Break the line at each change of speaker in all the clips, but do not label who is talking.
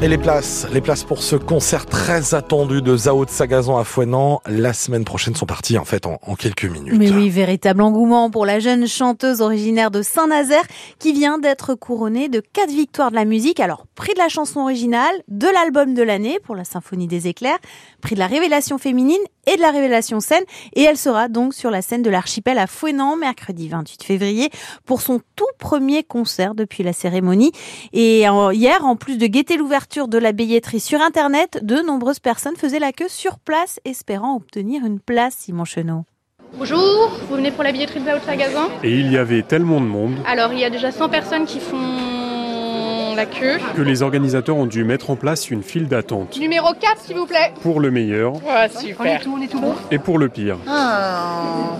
Et les places, les places pour ce concert très attendu de Zao de Sagazan à Fouenan, la semaine prochaine sont parties en fait en, en quelques minutes.
Mais oui, véritable engouement pour la jeune chanteuse originaire de Saint-Nazaire qui vient d'être couronnée de quatre victoires de la musique. Alors, prix de la chanson originale, de l'album de l'année pour la Symphonie des éclairs, prix de la révélation féminine et de la révélation scène. Et elle sera donc sur la scène de l'archipel à Fouenan mercredi 28 février pour son tout premier concert depuis la cérémonie. Et hier, en plus de guetter l'ouverture de la billetterie sur Internet, de nombreuses personnes faisaient la queue sur place espérant obtenir une place, Simon Chenot.
Bonjour, vous venez pour la billetterie de Zao Sagazan
Et il y avait tellement de monde
Alors, il y a déjà 100 personnes qui font la queue.
que les organisateurs ont dû mettre en place une file d'attente.
Numéro 4, s'il vous plaît.
Pour le meilleur
Ah, super.
et pour le pire.
Ah,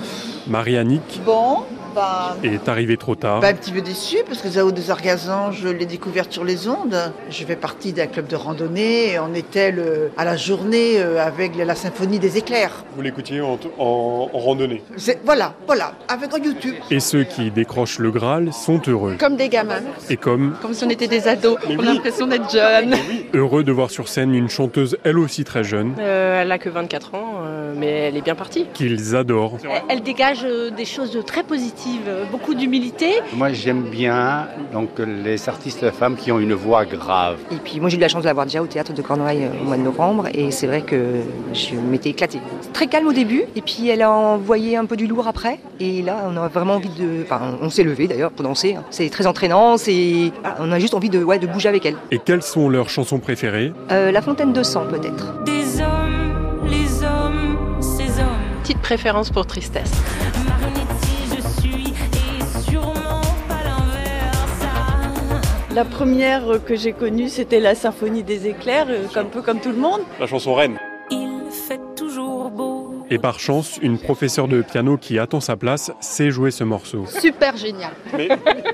Marie-Annick
bon, bah,
est arrivée trop tard.
bah, un petit peu déçu parce que Zao des Sargazans, je l'ai découverte sur les ondes. Je fais partie d'un club de randonnée et on était le- à la journée euh, avec la symphonie des éclairs.
Vous l'écoutiez en, en randonnée.
C'est- Voilà, voilà, avec un YouTube.
Et ceux qui décrochent le Graal sont heureux.
Comme des gamins,
Et comme
comme si on était des ados.
Mais
on a
oui.
l'impression d'être jeunes.
heureux de voir sur scène une chanteuse elle aussi très jeune
elle a que 24 ans, euh, mais elle est bien partie.
qu'ils adorent.
Elle dégage euh, des choses très positives, euh, beaucoup d'humilité.
Moi, j'aime bien donc les artistes femmes qui ont une voix grave.
Et puis moi j'ai eu la chance de l'avoir déjà au théâtre de Cornouailles euh, au mois de novembre et c'est vrai que je m'étais éclatée. Très calme au début et puis elle a envoyé un peu du lourd après et là on a vraiment envie de... Enfin on s'est levé d'ailleurs pour danser. hein. C'est très entraînant, c'est... voilà, on a juste envie de, ouais, de bouger avec elle.
Et quelles sont leurs chansons préférées
Euh, la fontaine de sang peut-être.
Des hommes, les hommes, ces hommes.
Petite préférence pour Tristesse.
Marinetti, je suis et sûrement pas l'inverse.
La première euh, que j'ai connue, c'était la symphonie des éclairs, euh, un peu comme tout le monde.
La chanson Reine.
Il fait toujours beau.
Et par chance, une professeure de piano qui attend sa place sait jouer ce morceau.
Super génial.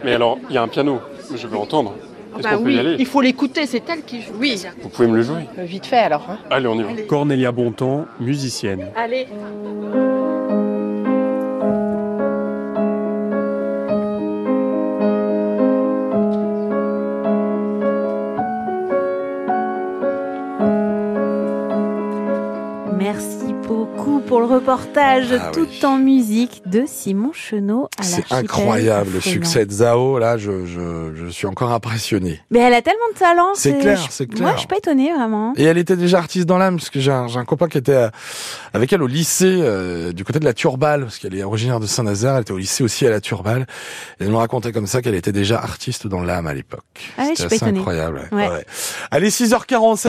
Mais, alors, il y a un piano, je veux entendre. Est-ce qu'on peut y aller
faut l'écouter, c'est elle qui joue. Oui.
Vous pouvez me le jouer
Euh, Vite fait alors. hein.
Allez, on y va. Cornelia Bontemps, musicienne.
Allez,
Merci beaucoup pour le reportage
Ah
tout
oui.
en musique de Simon Chenot à Ah, l'archipel.
C'est incroyable le
Fréland.
succès de Zao, là je, je, je suis encore impressionné.
Mais elle a tellement de talent.
C'est clair,
je-
c'est
Moi,
clair.
je suis pas étonnée vraiment.
Et elle était déjà artiste dans l'âme, parce que j'ai un, j'ai un copain qui était euh, avec elle au lycée, euh, du côté de la Turballe, parce qu'elle est originaire de Saint-Nazaire, elle était au lycée aussi à la Turballe. Et elle me racontait comme ça qu'elle était déjà artiste dans l'âme à l'époque.
Ah ouais,
C'était
je suis pas
assez
étonnée.
incroyable.
Ouais.
Allez, 6h47.